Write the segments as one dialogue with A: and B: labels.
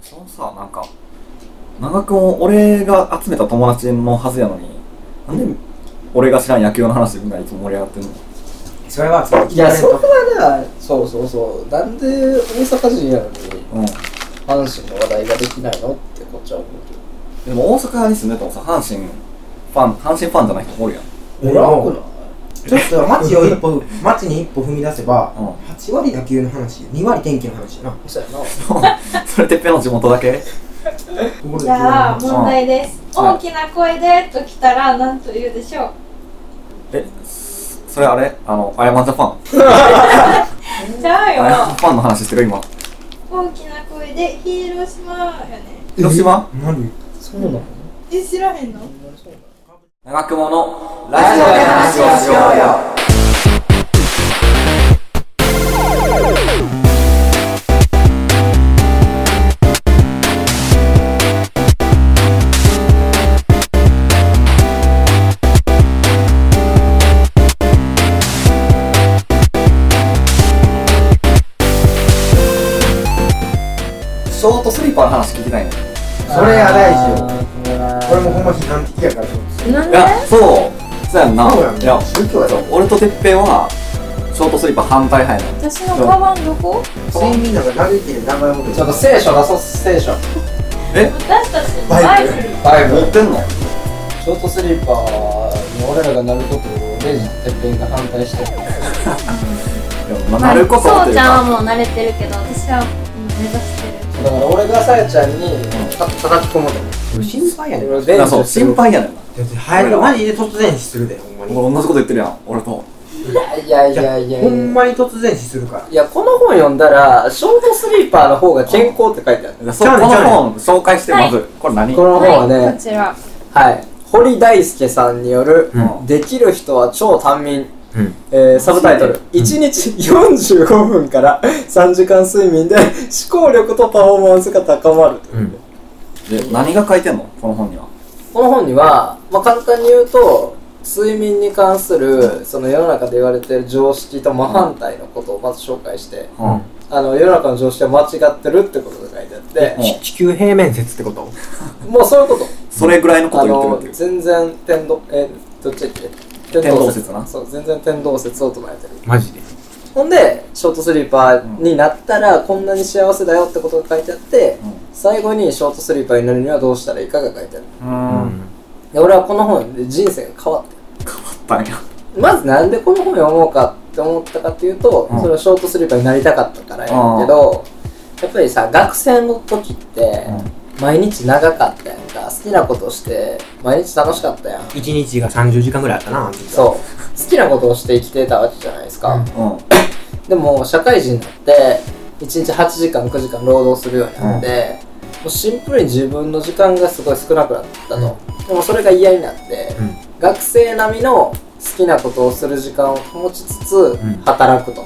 A: そのさなんか長くん俺が集めた友達のはずやのになんで俺が知らん野球の話でみんないつも盛り上がってんの
B: それはその
C: いや、そこはな、そうそうそう、なんで大阪人やのに
A: うん
C: 阪神の話題ができないのってこっちは思うけ
A: で
C: ど。
A: も大阪に住んでたもさ阪神ファン阪神ファンじゃない人もおるやん
B: 俺
C: 俺
B: は
C: は
B: もうちょっと街を一歩街に一歩踏み出せば
A: うん
B: 8割野球の話2割天気の話やな
C: そうやな。
A: それてっぺんの地元だけ
D: じゃあ問題です。
A: はい
D: 大きな声でと来たら何と言うでしょう。
A: えそれあれあのアヤマンジャパン
D: じゃあ
A: アヤマンジ
D: よ。
A: ャパンの話してる今
D: 大きな声で広島よね。
A: 広島
B: 何
C: そうなの
D: え知らへんの？
A: 長久保のラジオで話をしようよショートスリーパーの話聞きたいね
B: それやばいっしょ
C: し
B: これもほんま批判的やから
A: いやそうそうやんな
B: そうやん
A: いや
B: 宗教やろ
A: 俺とてっぺんはショートスリッパ反対派やね
E: 私のカバンどこ
B: 睡眠なんか慣れてる名前も
C: ちょっと聖書出そう、聖書。
D: 私たちのバイブル。
C: バイブ
A: 持ってんの
C: ショートスリーパーに俺らがなることをレジてっぺんが反対してる。
A: まあなること
D: そ
A: というう
D: ちゃ
A: か
D: んはもう慣れてるけど、私は目指してる。
C: だから俺がさやちゃんにた叩き込む
B: 心配やねんだ
C: と。
A: だか
C: レ
A: らそう心。配やねんな
B: って早くマジで突然死するでほんまに
A: 俺同じこと言ってるやん俺と
C: いやいやいやいや。
B: ほんまに突然死するから
C: いや、この本読んだら、ショートスリーパーの方が健康って書いてある。
A: だからそ
B: ち
A: こ
B: ゃうね
A: の
B: んちゃうねん
A: 本紹介してまずこれ何
C: この本はね、
D: こちら。
C: はい、堀大輔さんによる、
A: うん
C: できる人は超短眠、
B: うん
C: えーサブタイトル、1日45分から3時間睡眠で思考力とパフォーマンスが高まる、
B: うん
A: で何が書いてんのこの本には
C: この本には、まあ、簡単に言うと睡眠に関するその世の中で言われている常識と真反対のことをまず紹介して
A: うん
C: あの世の中の常識は間違ってるってことが書いてあって
A: うん
B: 地球平面説ってこと
C: もうそういうこと
A: それぐらいのこと
C: あ
A: 言って
C: の
A: るっていう
C: 全然天動えーどっちだっけ
A: 天動説な
C: そう全然天動説を唱えてる
B: マジで
C: ほんでショートスリーパーになったらこんなに幸せだよってことが書いてあって、
A: うん
C: 最後にショートスリーパーになるにはどうしたらいいかが書いてある
A: うーん
C: で俺はこの本で人生が変わって
A: 大変
C: まずなんでこの本読もうかって思ったかっていうと、
A: うん
C: それはショートスリーパーになりたかったからやねんけど、やっぱりさ学生の時って毎日長かったやんか好きなことして毎日楽しかったやん
B: 1日が30時間ぐらいあったなあの時は
C: そう好きなことをして生きてたわけじゃないですか、
B: うん
A: うん
C: でも社会人になって1日8時間9時間労働するようになって、もうシンプルに自分の時間がすごい少なくなったと、でもそれが嫌になって、
B: うん
C: 学生並みの好きなことをする時間を保ちつつ、
B: ん
C: 働くと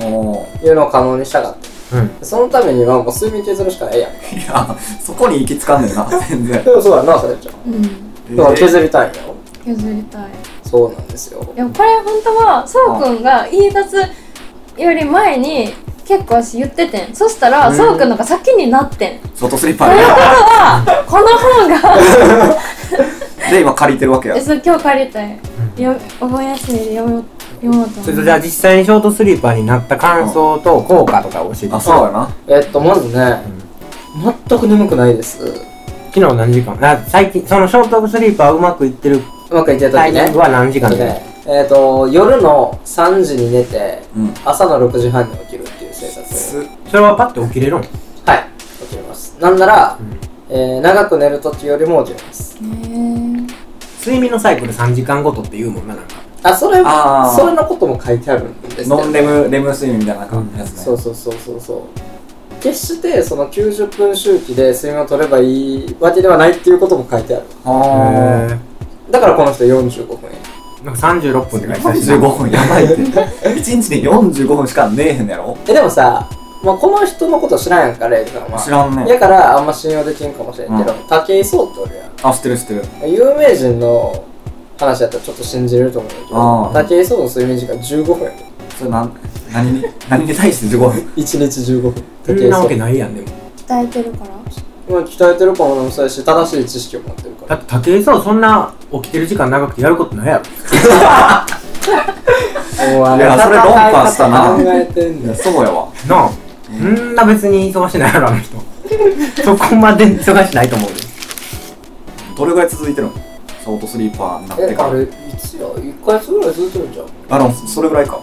A: も
C: いうのを可能にしたかった
B: うん
C: そのためにはもう睡眠削るしかないやん
A: ういやそこに行きつかんね んな全然
C: でも そうだなそれちゃん
D: うん。
A: え
C: だから
A: ー
C: 削りたいんやろ
D: 譲りたい。
C: そうなんですよ
D: でもこれ本当はそうくんが言い出すより前に結構私言っててん。そしたらそうくんのが先になってん。というこ
A: ショートスリッ
D: と
A: パや
D: はこの 本が
A: で今借りてるわけや
D: えそう今日借りたい。よ覚えやすいで読もう読もうと
B: それ
D: 思
B: と
D: う
B: じゃあ実際にショートスリーパーになった感想と効果とか教えて
A: あそうやな
C: えっとまずね、全く眠くないです
B: 昨日何時間あ最近そのショートスリーパーうまくいってる
C: うまくいってる
B: タイ
C: 時
B: ミ
C: ね
B: ングは何時間で、
C: えっ、と夜の3時に寝て
A: うん
C: 朝の6時半に起きるっていう生活を
B: それはパッと起きれるん
C: はい起きれますなんなら、
B: ん
C: えー長く寝る時よりも起きれます
D: へー
B: 睡眠のサイクル3時間ごとって言うもんななんか
C: あそれ
A: あー
C: それのことも書いてあるんですけど
A: ノンレムレム睡眠みたいな感じのやつ
C: そう
A: ね
C: そうそうそうそう決してその90分周期で睡眠を取ればいいわけではないっていうことも書いてある
A: は
B: へ
C: だからこの人45分や
B: ーなんか36分って書いてたしな
A: 45分やばいって一日に45分しかねえへんやろ
C: えでもさ、まあ、この人のこと知らんやんかレイさんは
A: 知らんね
C: やからあんま信用できんかもしれんけど、武井壮っておるやん
A: あ知ってる知ってる
C: 有名人の話だったらちょっと信じれると思うんだけど
A: あー
C: 武井壮の睡眠時間15分やで
A: それなん何に何に対して15分
C: 1日15分
B: そんなわけないやんでも
D: 鍛えてるから
C: まあ鍛えてるかもそうやし正しい知識を持ってるか
B: だ
C: ら
B: って武井さんそんな起きてる時間長くてやることないやろ
A: いやそれ論破したな
C: 考えてん
A: い
C: ね
A: や
C: ん
A: そうやわ
B: なあそんな別に忙しないやろあの 人そこまで忙しないと思うよ
A: どれぐらい続いてるのショートスリーパーになっ
C: え
A: てか
C: あ
A: ら
C: れいつや1ヶ月ぐらいずっとるんじゃん
A: あのそれぐらいか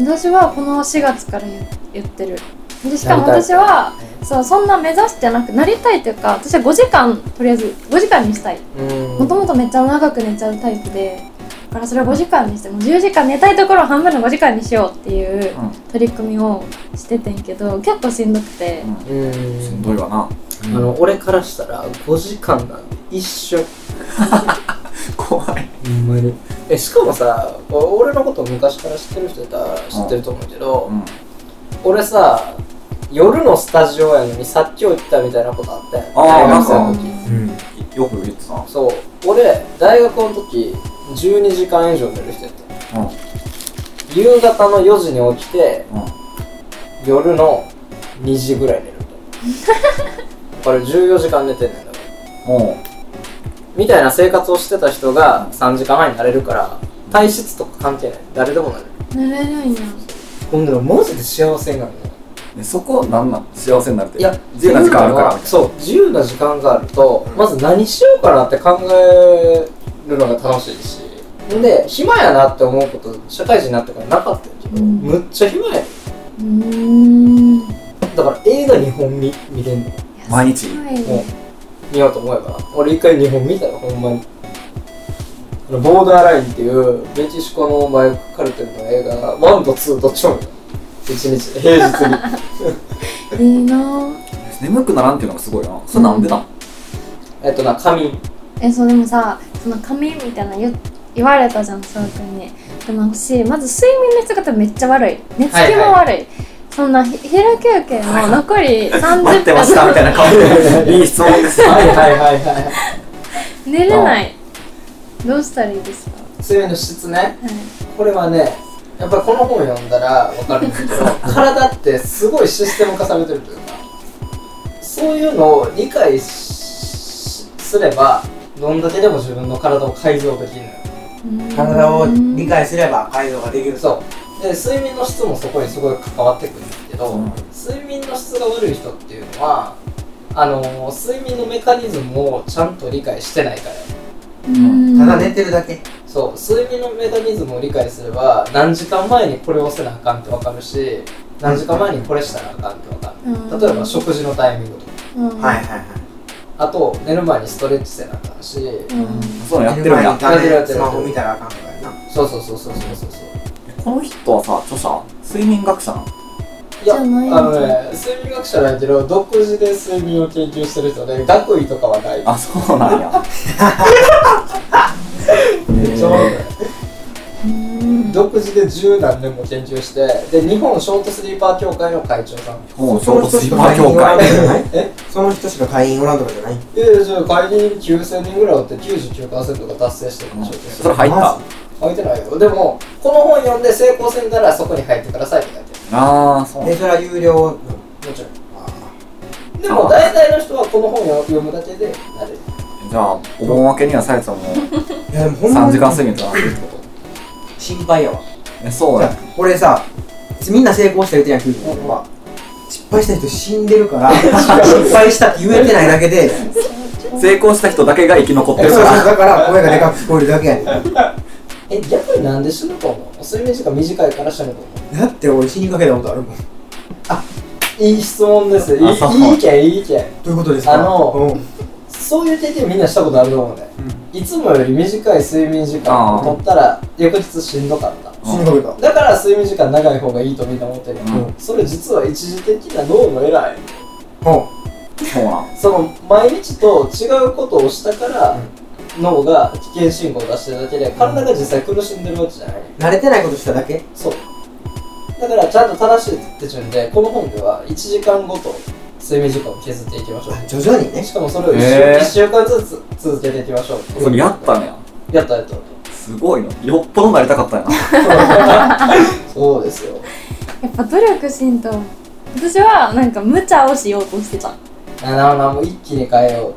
D: 私はこの4月から言言ってるでしかも
C: なりたい
D: 私はそうそんな目指してなくなりたいというか私は5時間とりあえず5時間にしたいもともとめっちゃ長く寝ちゃうタイプでだからそれを5時間にしてもう10時間寝たいところを半分の5時間にしようっていう
A: うん
D: 取り組みをしててんけど結構しんどくて
A: うん
C: うん
A: しんどいわな
C: あの俺からしたら5時間なんて一瞬
A: 怖い
C: ほんまにえしかもさお俺のこと昔から知ってる人いたら知ってると思うけど、
A: うん
C: 俺さ夜のスタジオやのにさっき行ったみたいなことあって
A: あー
C: 大学生の
A: なん
C: 時
B: うん
A: よく言ってたな
C: そう俺大学の時12時間以上寝る人やった
A: うん
C: 夕方の4時に起きて
A: うん
C: 夜の2時ぐらい寝る とこれ14時間寝てんねんだから
A: おう
C: みたいな生活をしてた人が3時間半になれるから体質とか関係ない誰でもなれる
D: 寝れないな
C: ほんでマジで幸せになるね
A: でそこなんなん幸せになるって
C: いや
A: 自由な時間あるからみたいな
C: そう自由な時間があると、まず何しようかなって考えるのが楽しいしで暇やなって思うこと社会人になってからなかったけど、
D: うん
C: むっちゃ暇やね
D: うーんい
C: んだから映画2本見見れんの
D: や
A: 毎日
D: すごいね
C: もう見ようと思えば俺一回日本見たよほんまにあのボーダーラインっていうメキシコのマイクカルテルの映画が1と2どっちも見た一日平日に
D: いいなぁ
A: 眠くならんっていうのがすごいなそれなんでなん
C: えっとな仮眠
D: えそうでもさその髪みたいな言言われたじゃん翔くんにでも私まず睡眠の質が多分めっちゃ悪い寝つきも悪い、
C: は
D: そんなひ昼休憩の残り30
A: 待ってましたみ
D: 分
A: たいな顔 でいい質問です
C: はいはいはい はい
D: 寝れないどうしたらいいですかは
C: 睡眠の質ね
D: い
C: これはねやっぱりこの本読んだら分かるんですけど 体ってすごいシステム化されてるというかそういうのを理解しすればどんだけでも自分の体を改造できるのよ
D: うーん
B: 体を理解すれば改造ができる
C: そうで睡眠の質もそこにすごい関わってくるんですけど、
A: うん
C: 睡眠の質が悪い人っていうのはあのー睡眠のメカニズムをちゃんと理解してないから
D: うーん
E: ただ寝てるだけ
C: そう睡眠のメカニズムを理解すれば何時間前にこれをせなあかんって分かるし何時間前にこれしたらあかんって分か
D: うん
C: る例えば食事のタイミングとか
D: うん
E: はいはいはい
C: あと寝る前にストレッチせなあかんし、
D: うん
A: そういうのやってるんや
E: 寝る前にスマホ見たらあかんとかやな
C: そうそうそうそうそうそうそう
A: この人はさ著者睡眠学者なの
C: いや、
D: じ
C: あ
D: ゃないんだ
C: のね、睡眠学者なんやけど、独自で睡眠を研究してる人で、学位とかはない。
A: あそうなんや
C: めっちゃおもろい
D: うん
C: 独自で十何年も研究して、で、日本ショートスリーパー協会の会長 さん。
A: もうちょうどスーパー協
E: その人しか会員おらんとかじゃ
A: 会
E: ない
C: えい
E: その人しか会員おらんとかじゃない
C: やいや、じゃあ会員9000人ぐらいおって99%が達成してるんでしょう
A: それ入った
E: マ
C: 書いてないよ。でも、この本読んで成功せんだらそこに入ってくださいって書いて
A: ああそう
E: えそれは有料の
C: ある。もちろん。
E: あ
C: でも、大体の人はこの本を読むだけでなれる。
A: じゃあお盆明けにはさやちゃんも
E: ーいやでもほんま
A: 3
E: に
A: 時間睡眠となってるってこ
E: 心配やわ
A: とえそうや
E: 俺さみんな成功した言うてんやんけど、まあ失敗した人死んでるから失敗したって言えてないだけで
A: 成功した人だけが生き残って
E: そう
A: る
E: そ
A: か
E: う
A: ら
E: だから声がでかく聞こえるだけやねんだ
C: え、逆になんで死ぬと思う睡眠時間短いから死ぬと思う
E: って俺死にかけたことあるもんど
C: いい質問です。いいいい
A: あ
C: 意
A: そう
C: 見、いい意見。
E: ういうことですか
C: あの
E: うん
C: そういう経験みんなしたことあると思うね。いつもより短い睡眠時間を取ったら、翌日しんどかった。
E: 死にかけた
C: だから睡眠時間長い方がいいとみんな思ってるやん。
A: うん
C: それ実は一時的な脳の偉い。
E: うん
A: そうなん
C: その毎日と違うことをしたから、脳が危険信号を出してるだけで、体が実際苦しんでるわけじゃない。
E: 慣れてないことしただけ
C: そう。だからちゃんと正しい手順で、この本では1時間ごと睡眠時間を削っていきましょう。
E: あ徐々にね
C: しかもそれを 1, 週
A: へー
C: 一週間ずつ続けていきましょう
A: それやったんや
C: やったやった
A: すごいなよっぽどなりたかったんやな
C: そうですよ
D: やっぱ努力しんと私はなんか無茶をしようとしてた
C: あなるほどなもう一気に変えよう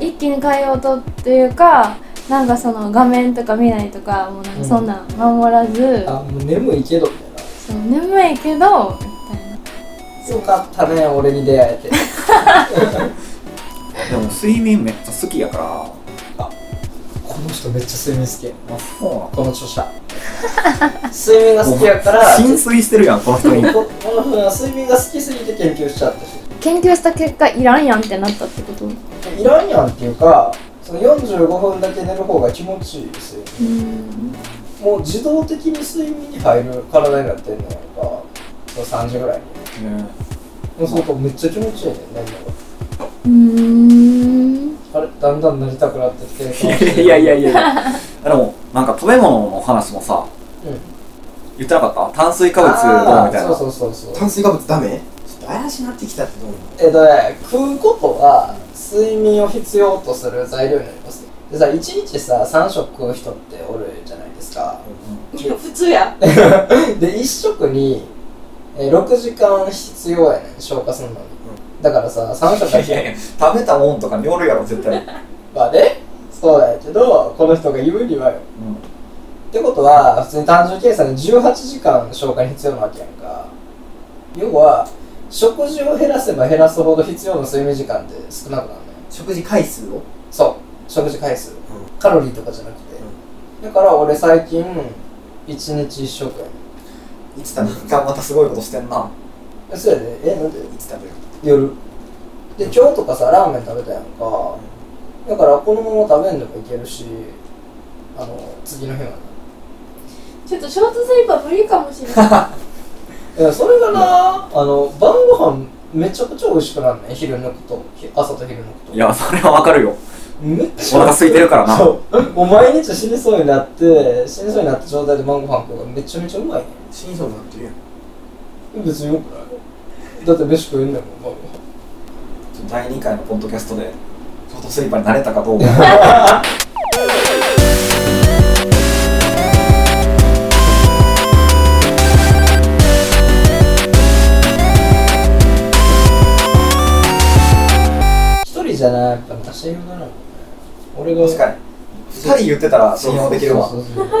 C: と
D: 一気に変えようとっていうかなんかその画面とか見ないとかもうなんかそんなん守らず、
C: あもう眠いけどみたいな
D: そう眠いけどみたいな
C: よかったね俺に出会えて
A: でも睡眠めっちゃ好きやから
C: この人めっちゃ睡眠好きや
A: あそう
C: この著者睡眠が好きやか
A: な
C: ら
A: ん浸水してるやんこの 人に
C: ここの人は睡眠が好きすぎて研究しちゃったし
D: 研究した結果いらんやんってなったってことう
C: いらんやんっていうかその45分だけ寝る方が気持ちいいですよ
D: ん
C: もう自動的に睡眠に入る体になってんのやんかその3時ぐらいに
A: ね
C: もうそうかめっちゃ気持ちいいねんなんだろ
D: うーん
C: あれだんだんなりたくなってきてるかもしれな い
A: いやいやいやいやでもなんか食べ物の話もさ
C: うん
A: 言ってなかった炭水化物どう
C: あ
A: みたい
C: ー
A: な
C: そうそうそうそう
E: 炭水化物ダメちょっと怪しなってきたってどう思う
C: えっとね食うことは睡眠を必要とする材料になりますでさ1日さ3食食う人っておるじゃないですか
D: いや普通や
C: で1食にえー6時間必要やねん消化するのに、だからさ3食
A: いやいや食べたもんとかにおるやろ絶対、うん、
C: まあねそうやけどこの人が言うにはよってことは普通に単純計算で18時間消化に必要なわけやんか要は食事を減らせば減らすほど必要な睡眠時間って少なくなるのよ
E: 食事回数を
C: そう食事回数、カロリーとかじゃなくて、だから俺最近1日1食やね
A: いつだ日間またすごいことしてんな
C: えそうやでえなんで
A: いつ食べる
C: 夜で今日とかさラーメン食べたやんかだからこのまま食べんでもいけるしあの次の日はね
D: ちょっとショートスリーパー無理かもしれない
C: いやそれがな、あの晩ご飯めちゃくちゃ美味しくなんね昼抜くとひ朝と昼抜くと
A: いやそれはわかるよ
C: めっち
A: お
C: ゃ
A: 腹空いてるからな
C: そうもう毎日死にそうになって死にそうになった状態で晩ご飯食うからめちゃめちゃうまいね
E: 死にそうになってるやん
C: 別によくないだって飯食えんねんもん晩
A: 第2回のポッドキャストでショートスリーパーになれたかどうか
C: ご飯一人じゃないやっぱな信用ならんもんね俺が
A: 確かに2人言ってたら信用できるわ
C: そうそうそうそう